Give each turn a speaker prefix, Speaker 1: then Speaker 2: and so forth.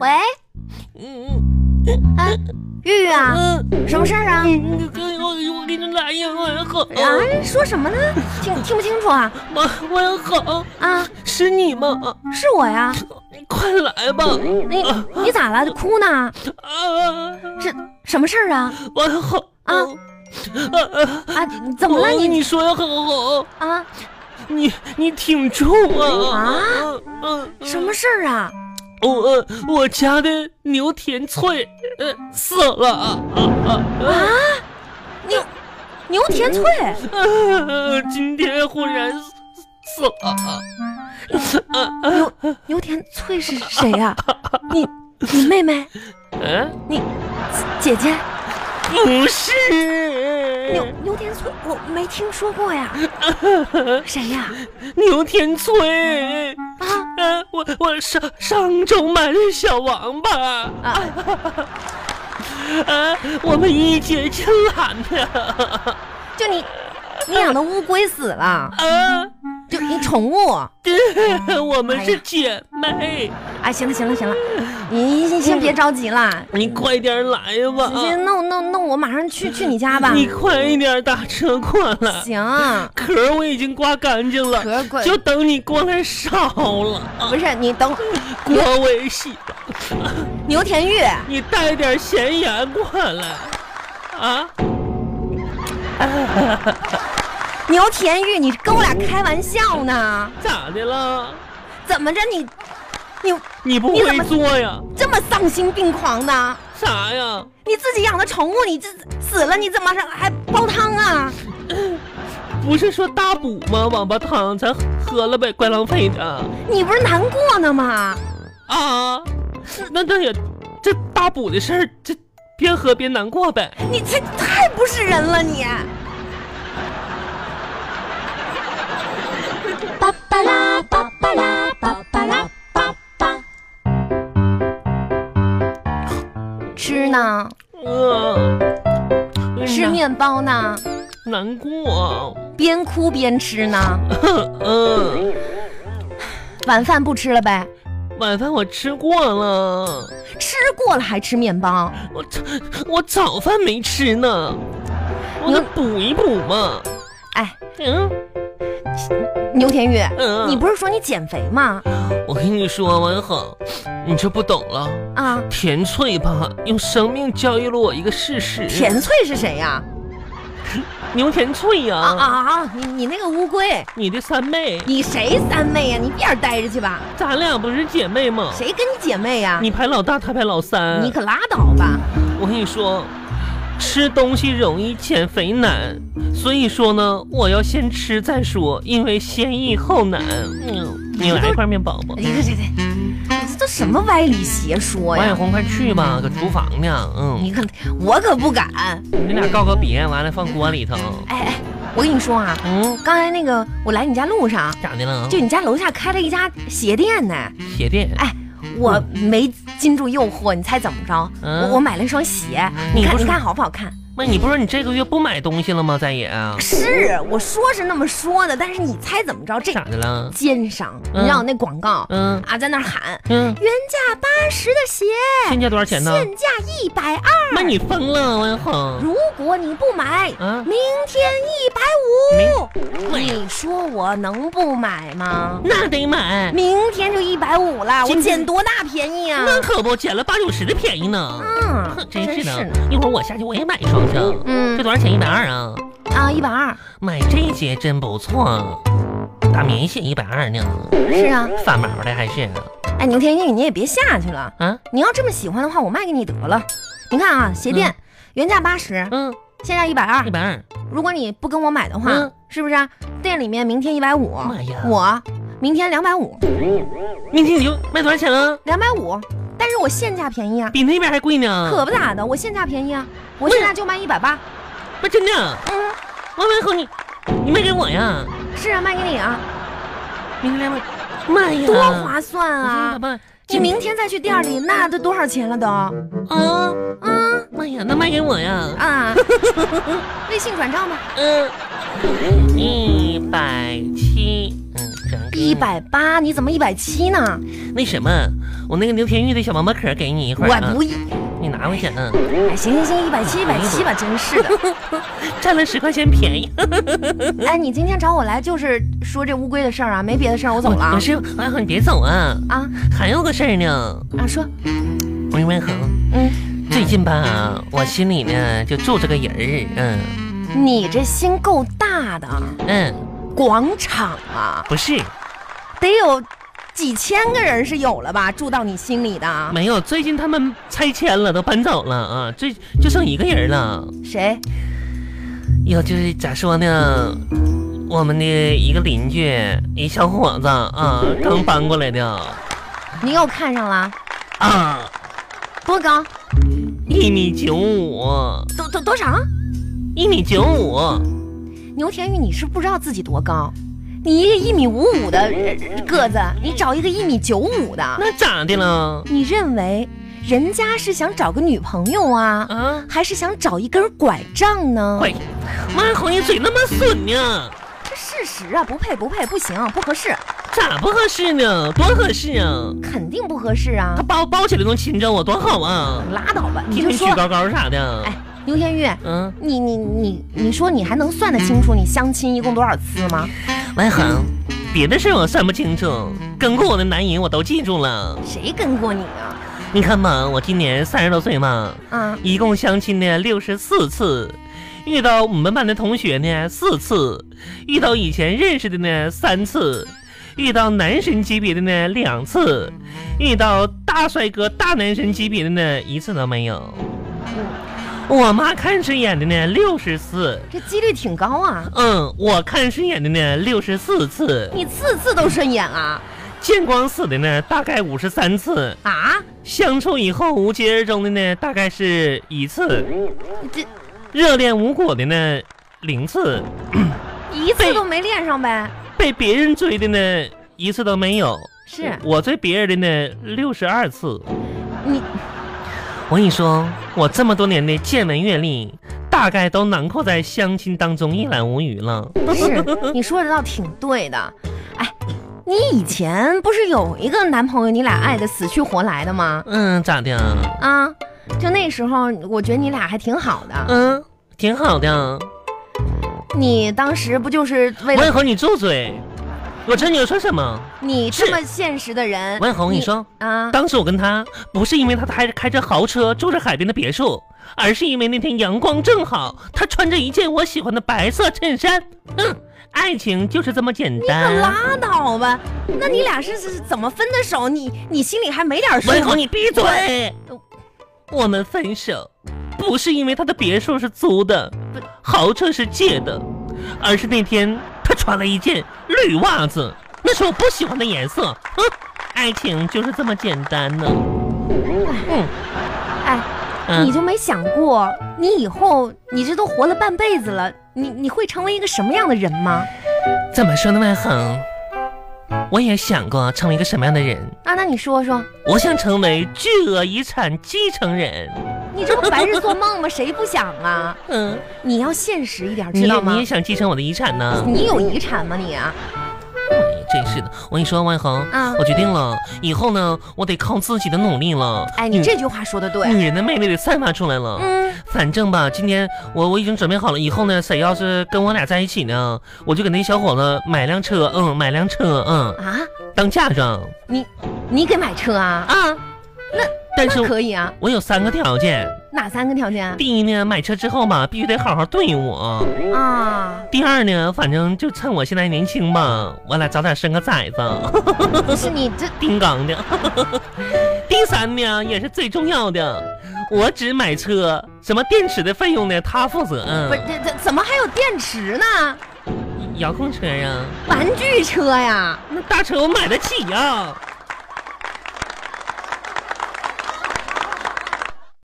Speaker 1: 喂，
Speaker 2: 嗯
Speaker 1: 啊，玉玉啊，
Speaker 2: 嗯，
Speaker 1: 什么事儿啊？
Speaker 2: 你给我我给你来呀，我要好，
Speaker 1: 啊，说什么呢？听听不清楚啊！
Speaker 2: 我我要好，
Speaker 1: 啊，
Speaker 2: 是你吗？
Speaker 1: 是我呀，
Speaker 2: 你快来吧，
Speaker 1: 你你咋了？哭呢？
Speaker 2: 啊，
Speaker 1: 这什么事儿啊？
Speaker 2: 我要好
Speaker 1: 啊
Speaker 2: 啊，
Speaker 1: 啊，你怎么了
Speaker 2: 我
Speaker 1: 你？
Speaker 2: 你说要好好，
Speaker 1: 啊，
Speaker 2: 你你挺重啊
Speaker 1: 啊，
Speaker 2: 嗯嗯
Speaker 1: 什么事儿啊？
Speaker 2: 我我家的牛田翠，呃，死了啊啊
Speaker 1: 啊，牛牛田翠，
Speaker 2: 啊啊！今天忽然死死了啊，
Speaker 1: 牛牛田翠是谁呀、你你妹妹，
Speaker 2: 嗯，
Speaker 1: 你姐姐，
Speaker 2: 不是，
Speaker 1: 牛牛田翠，我没听说过呀，谁呀、
Speaker 2: 牛田翠，
Speaker 1: 啊？
Speaker 2: 呃，我我上上周买的小王八，
Speaker 1: 啊
Speaker 2: 啊，我们一姐亲懒的，
Speaker 1: 就你你养的乌龟死了，
Speaker 2: 啊，
Speaker 1: 就你宠物。
Speaker 2: 我们
Speaker 1: 哎
Speaker 2: 是
Speaker 1: 呀
Speaker 2: 姐妹，
Speaker 1: 哎，行了行了行了，你你先别着急啦，
Speaker 2: 你快点来吧。
Speaker 1: 先弄弄弄，我马上去去你家吧。
Speaker 2: 你快一点打车过来，
Speaker 1: 行，
Speaker 2: 壳儿我已经刮干净了，
Speaker 1: 可滚
Speaker 2: 就等你过来烧了啊！
Speaker 1: 不是你等
Speaker 2: 郭维喜，
Speaker 1: 牛田玉，
Speaker 2: 你带点咸盐过来啊！
Speaker 1: 牛田玉，你跟我俩开玩笑呢？
Speaker 2: 咋的了？
Speaker 1: 怎么着你你
Speaker 2: 你不
Speaker 1: 你怎
Speaker 2: 会
Speaker 1: 么
Speaker 2: 做呀？
Speaker 1: 这么丧心病狂呢？
Speaker 2: 啥呀？
Speaker 1: 你自己养的宠物，你这死了，你怎么还煲汤啊？
Speaker 2: 不是说大补吗？网吧汤咱喝了呗，怪浪费的
Speaker 1: 你不是难过呢吗？
Speaker 2: 啊！那那也，这大补的事儿，这边喝边难过呗。
Speaker 1: 你这太不是人了你！
Speaker 3: 巴巴拉巴巴拉巴巴拉巴巴。
Speaker 1: 吃呢，
Speaker 2: 嗯、哎呀
Speaker 1: 呃吃面包呢，
Speaker 2: 难过。
Speaker 1: 边哭边吃呢。
Speaker 2: 嗯。
Speaker 1: 晚饭不吃了呗？
Speaker 2: 晚饭我吃过了，
Speaker 1: 吃过了还吃面包？
Speaker 2: 我早我早饭没吃呢，
Speaker 1: 嗯
Speaker 2: 我得补一补嘛。
Speaker 1: 哎，
Speaker 2: 嗯
Speaker 1: 牛田玉，
Speaker 2: 嗯，
Speaker 1: 你不是说你减肥吗？
Speaker 2: 我跟你说，文恒，你就不懂了。
Speaker 1: 啊，
Speaker 2: 甜翠吧，用生命教育了我一个事实。
Speaker 1: 田翠是谁呀、
Speaker 2: 牛甜翠呀、
Speaker 1: 啊？啊啊啊！你你那个乌龟，
Speaker 2: 你的三妹，
Speaker 1: 你谁三妹呀、你一边待着去吧，
Speaker 2: 咱俩不是姐妹吗？
Speaker 1: 谁跟你姐妹呀、
Speaker 2: 你排老大，他排老三。
Speaker 1: 啊你可拉倒吧！
Speaker 2: 我跟你说，吃东西容易，减肥难。所以说呢，我要先吃再说，因为先易后难。嗯，你来一块面包吧。
Speaker 1: 你这这这，你这都什么歪理邪说
Speaker 2: 王小
Speaker 1: 呀？
Speaker 2: 红，快去吧，搁厨房呢。嗯，
Speaker 1: 你看我可不敢！
Speaker 2: 你俩告个别，完了放锅里头。
Speaker 1: 哎哎，我跟你说啊，
Speaker 2: 嗯，
Speaker 1: 刚才那个我来你家路上，
Speaker 2: 咋的了？
Speaker 1: 就你家楼下开了一家鞋店呢。
Speaker 2: 鞋店。
Speaker 1: 哎，我没禁住诱惑，你猜怎么着？
Speaker 2: 嗯
Speaker 1: 我我买了一双鞋，
Speaker 2: 你
Speaker 1: 你看
Speaker 2: 不是
Speaker 1: 你看好不好看？
Speaker 2: 那你不是说你这个月不买东西了吗？在野，
Speaker 1: 是，我说是那么说的，但是你猜怎么着？这
Speaker 2: 咋的了？
Speaker 1: 奸商，
Speaker 2: 嗯
Speaker 1: 你知道那广告、
Speaker 2: 嗯
Speaker 1: 啊，在那儿喊
Speaker 2: 嗯，
Speaker 1: 原价八十的鞋，
Speaker 2: 现价多少钱呢？
Speaker 1: 现价一百二，
Speaker 2: 那你疯了，王小红。
Speaker 1: 如果你不买，
Speaker 2: 啊
Speaker 1: 明天一百五，你说我能不买吗？
Speaker 2: 那得买，
Speaker 1: 明天就一百五了，我
Speaker 2: 今天
Speaker 1: 捡多大便宜啊！
Speaker 2: 那可不，捡了八九十的便宜呢。
Speaker 1: 嗯
Speaker 2: 哼，真是的，一会儿我下去我也买一双去。
Speaker 1: 嗯
Speaker 2: 这多少钱？一百二啊！
Speaker 1: 啊，一百二，
Speaker 2: 买这些真不错，大棉鞋一百二呢，
Speaker 1: 是啊。
Speaker 2: 反毛的还是
Speaker 1: 哎，牛天玉，你也别下去了。
Speaker 2: 啊？
Speaker 1: 你要这么喜欢的话，我卖给你得了。你看啊，鞋店、原价八十，
Speaker 2: 嗯，
Speaker 1: 现价一百二
Speaker 2: 一。百二，
Speaker 1: 如果你不跟我买的话，
Speaker 2: 嗯
Speaker 1: 是不是、啊？店里面明天一百五
Speaker 2: 妈呀，
Speaker 1: 我明天两百五，
Speaker 2: 明天你就卖多少钱啊？
Speaker 1: 两百五，但是我现价便宜啊，
Speaker 2: 比那边还贵呢，
Speaker 1: 可不咋的，我现价便宜啊，我现在就卖一百八。
Speaker 2: 不真的。
Speaker 1: 嗯，
Speaker 2: 王文红，你你卖给我呀？
Speaker 1: 是啊，卖给你啊，
Speaker 2: 明天两百，妈呀，
Speaker 1: 多划算
Speaker 2: 啊
Speaker 1: 啊！！你
Speaker 2: 这
Speaker 1: 明天再去店里，那都多少钱了都？
Speaker 2: 啊，
Speaker 1: 嗯
Speaker 2: 妈呀，那卖给我呀？呃
Speaker 1: 啊，微信转账吧。
Speaker 2: 嗯，一百七，嗯，转给
Speaker 1: 一百八，你怎么一百七呢？
Speaker 2: 那什么，我那个牛田玉的小王八壳给你一会儿、啊，
Speaker 1: 我不，
Speaker 2: 你拿回去啊。
Speaker 1: 哎，行行行，一百七一百七吧，真是的。
Speaker 2: 占了十块钱便宜，
Speaker 1: 哎，你今天找我来就是说这乌龟的事儿啊，没别的事儿，我走了
Speaker 2: 我
Speaker 1: 啊
Speaker 2: 我是王恒，你别走啊，
Speaker 1: 啊
Speaker 2: 还有个事儿呢，
Speaker 1: 啊，说，
Speaker 2: 王文恒，
Speaker 1: 嗯，
Speaker 2: 最近吧，我心里呢就住着个人儿，嗯
Speaker 1: 你这心够大的，
Speaker 2: 嗯，
Speaker 1: 广场啊，
Speaker 2: 不是，
Speaker 1: 得有几千个人是有了吧，住到你心里的。
Speaker 2: 没有，最近他们拆迁了，都搬走了啊，最就剩一个人了。
Speaker 1: 谁？
Speaker 2: 哟，就是咋说呢，我们的一个邻居，一小伙子啊，
Speaker 1: 嗯
Speaker 2: 刚搬过来的
Speaker 1: 你又看上了？
Speaker 2: 啊，
Speaker 1: 多高？
Speaker 2: 一米九五，
Speaker 1: 多多多少？
Speaker 2: 一米九五，
Speaker 1: 牛田玉，你是不知道自己多高，你一个一米五五的呃个子，你找一个一米九五的，
Speaker 2: 那咋的了？
Speaker 1: 你认为人家是想找个女朋友啊，
Speaker 2: 啊，
Speaker 1: 还是想找一根拐杖呢？
Speaker 2: 快，妈哄你嘴那么损呢？
Speaker 1: 这事实啊，不配不配，不行，不合适，
Speaker 2: 咋不合适呢？多合适啊！
Speaker 1: 肯定不合适啊
Speaker 2: 他！包包起来能亲着我，多好啊！
Speaker 1: 拉倒吧，你
Speaker 2: 天
Speaker 1: 就
Speaker 2: 天举
Speaker 1: 说，
Speaker 2: 高高啥的。
Speaker 1: 哎，牛田玉，
Speaker 2: 嗯，
Speaker 1: 你你你你说你还能算得清楚你相亲一共多少次吗？
Speaker 2: 文恒，别的事我算不清楚，跟过我的男人我都记住了。
Speaker 1: 谁跟过你啊？
Speaker 2: 你看嘛，我今年三十多岁嘛，
Speaker 1: 啊，
Speaker 2: 一共相亲呢六十四次，遇到我们班的同学呢四次，遇到以前认识的呢三次，遇到男神级别的呢两次，遇到大帅哥大男神级别的呢一次都没有。我妈看顺眼的呢六十次，
Speaker 1: 这几率挺高啊！
Speaker 2: 嗯，我看顺眼的呢六十四次，
Speaker 1: 你次次都顺眼啊
Speaker 2: 见光死的呢大概五十三次，
Speaker 1: 啊！
Speaker 2: 相处以后无疾而终的呢大概是一次。
Speaker 1: 这
Speaker 2: 热恋无果的呢零次，
Speaker 1: 一次都没恋上呗？
Speaker 2: 被别人追的呢一次都没有。
Speaker 1: 是啊
Speaker 2: 我追别人的呢六十二次。
Speaker 1: 你
Speaker 2: 我跟你说，我这么多年的见闻阅历，大概都囊括在相亲当中一览无余了。
Speaker 1: 是你说的倒挺对的。哎，你以前不是有一个男朋友，你俩爱的死去活来的吗？
Speaker 2: 嗯，咋的？
Speaker 1: 啊，就那时候，我觉得你俩还挺好的。
Speaker 2: 嗯，挺好的。
Speaker 1: 你当时不就是为
Speaker 2: 文
Speaker 1: 了
Speaker 2: 红，你住嘴！我知道你要说什么。
Speaker 1: 你
Speaker 2: 是
Speaker 1: 这么现实的人？
Speaker 2: 文红，你说，
Speaker 1: 啊，
Speaker 2: 当时我跟他不是因为他开着开着豪车住着海边的别墅，而是因为那天阳光正好，他穿着一件我喜欢的白色衬衫。嗯，爱情就是这么简
Speaker 1: 可
Speaker 2: 单。
Speaker 1: 拉倒吧！那你俩是是怎么分的手？你你心里还没点数
Speaker 2: 文
Speaker 1: 吗
Speaker 2: 红，？你闭嘴！我们分手不是因为他的别墅是租的
Speaker 1: 不，
Speaker 2: 豪车是借的，而是那天他穿了一件绿袜子，那是我不喜欢的颜色。嗯，爱情就是这么简单呢。嗯
Speaker 1: 哎，你
Speaker 2: 嗯，
Speaker 1: 就没想过，你以后你这都活了半辈子了，你你会成为一个什么样的人吗？
Speaker 2: 怎么说呢，万恒？我也想过成为一个什么样的人，
Speaker 1: 啊，那你说说，
Speaker 2: 我想成为巨额遗产继承人。
Speaker 1: 你这不白日做梦吗？谁不想啊？
Speaker 2: 嗯，
Speaker 1: 你要现实一点，
Speaker 2: 你
Speaker 1: 知
Speaker 2: 也
Speaker 1: 道吗
Speaker 2: 你也？想继承我的遗产呢？
Speaker 1: 你有遗产吗你啊？
Speaker 2: 哎，真是的，我跟你说，万恒，
Speaker 1: 啊
Speaker 2: 我决定了，以后呢，我得靠自己的努力了。
Speaker 1: 哎，你
Speaker 2: 女
Speaker 1: 这句话说的对，
Speaker 2: 女人的魅力得散发出来了。
Speaker 1: 嗯，
Speaker 2: 反正吧，今天我我已经准备好了，以后呢，谁要是跟我俩在一起呢，我就给那小伙子买辆车，嗯，买辆车，嗯，
Speaker 1: 啊，
Speaker 2: 当嫁妆
Speaker 1: 你你给买车啊？
Speaker 2: 啊。
Speaker 1: 那
Speaker 2: 但是
Speaker 1: 那可以啊，
Speaker 2: 我有三个条件，
Speaker 1: 哪三个条件
Speaker 2: 第一呢，买车之后吧，必须得好好对我；
Speaker 1: 啊？
Speaker 2: 第二呢，反正就趁我现在年轻吧，我俩早点生个崽子，
Speaker 1: 不是你这
Speaker 2: 丁刚的； 第三呢，也是最重要的，我只买车，什么电池的费用呢，他负责。
Speaker 1: 不是
Speaker 2: 嗯，
Speaker 1: 这这怎么还有电池呢？
Speaker 2: 遥控车呀、
Speaker 1: 玩具车呀？
Speaker 2: 那大车我买得起呀、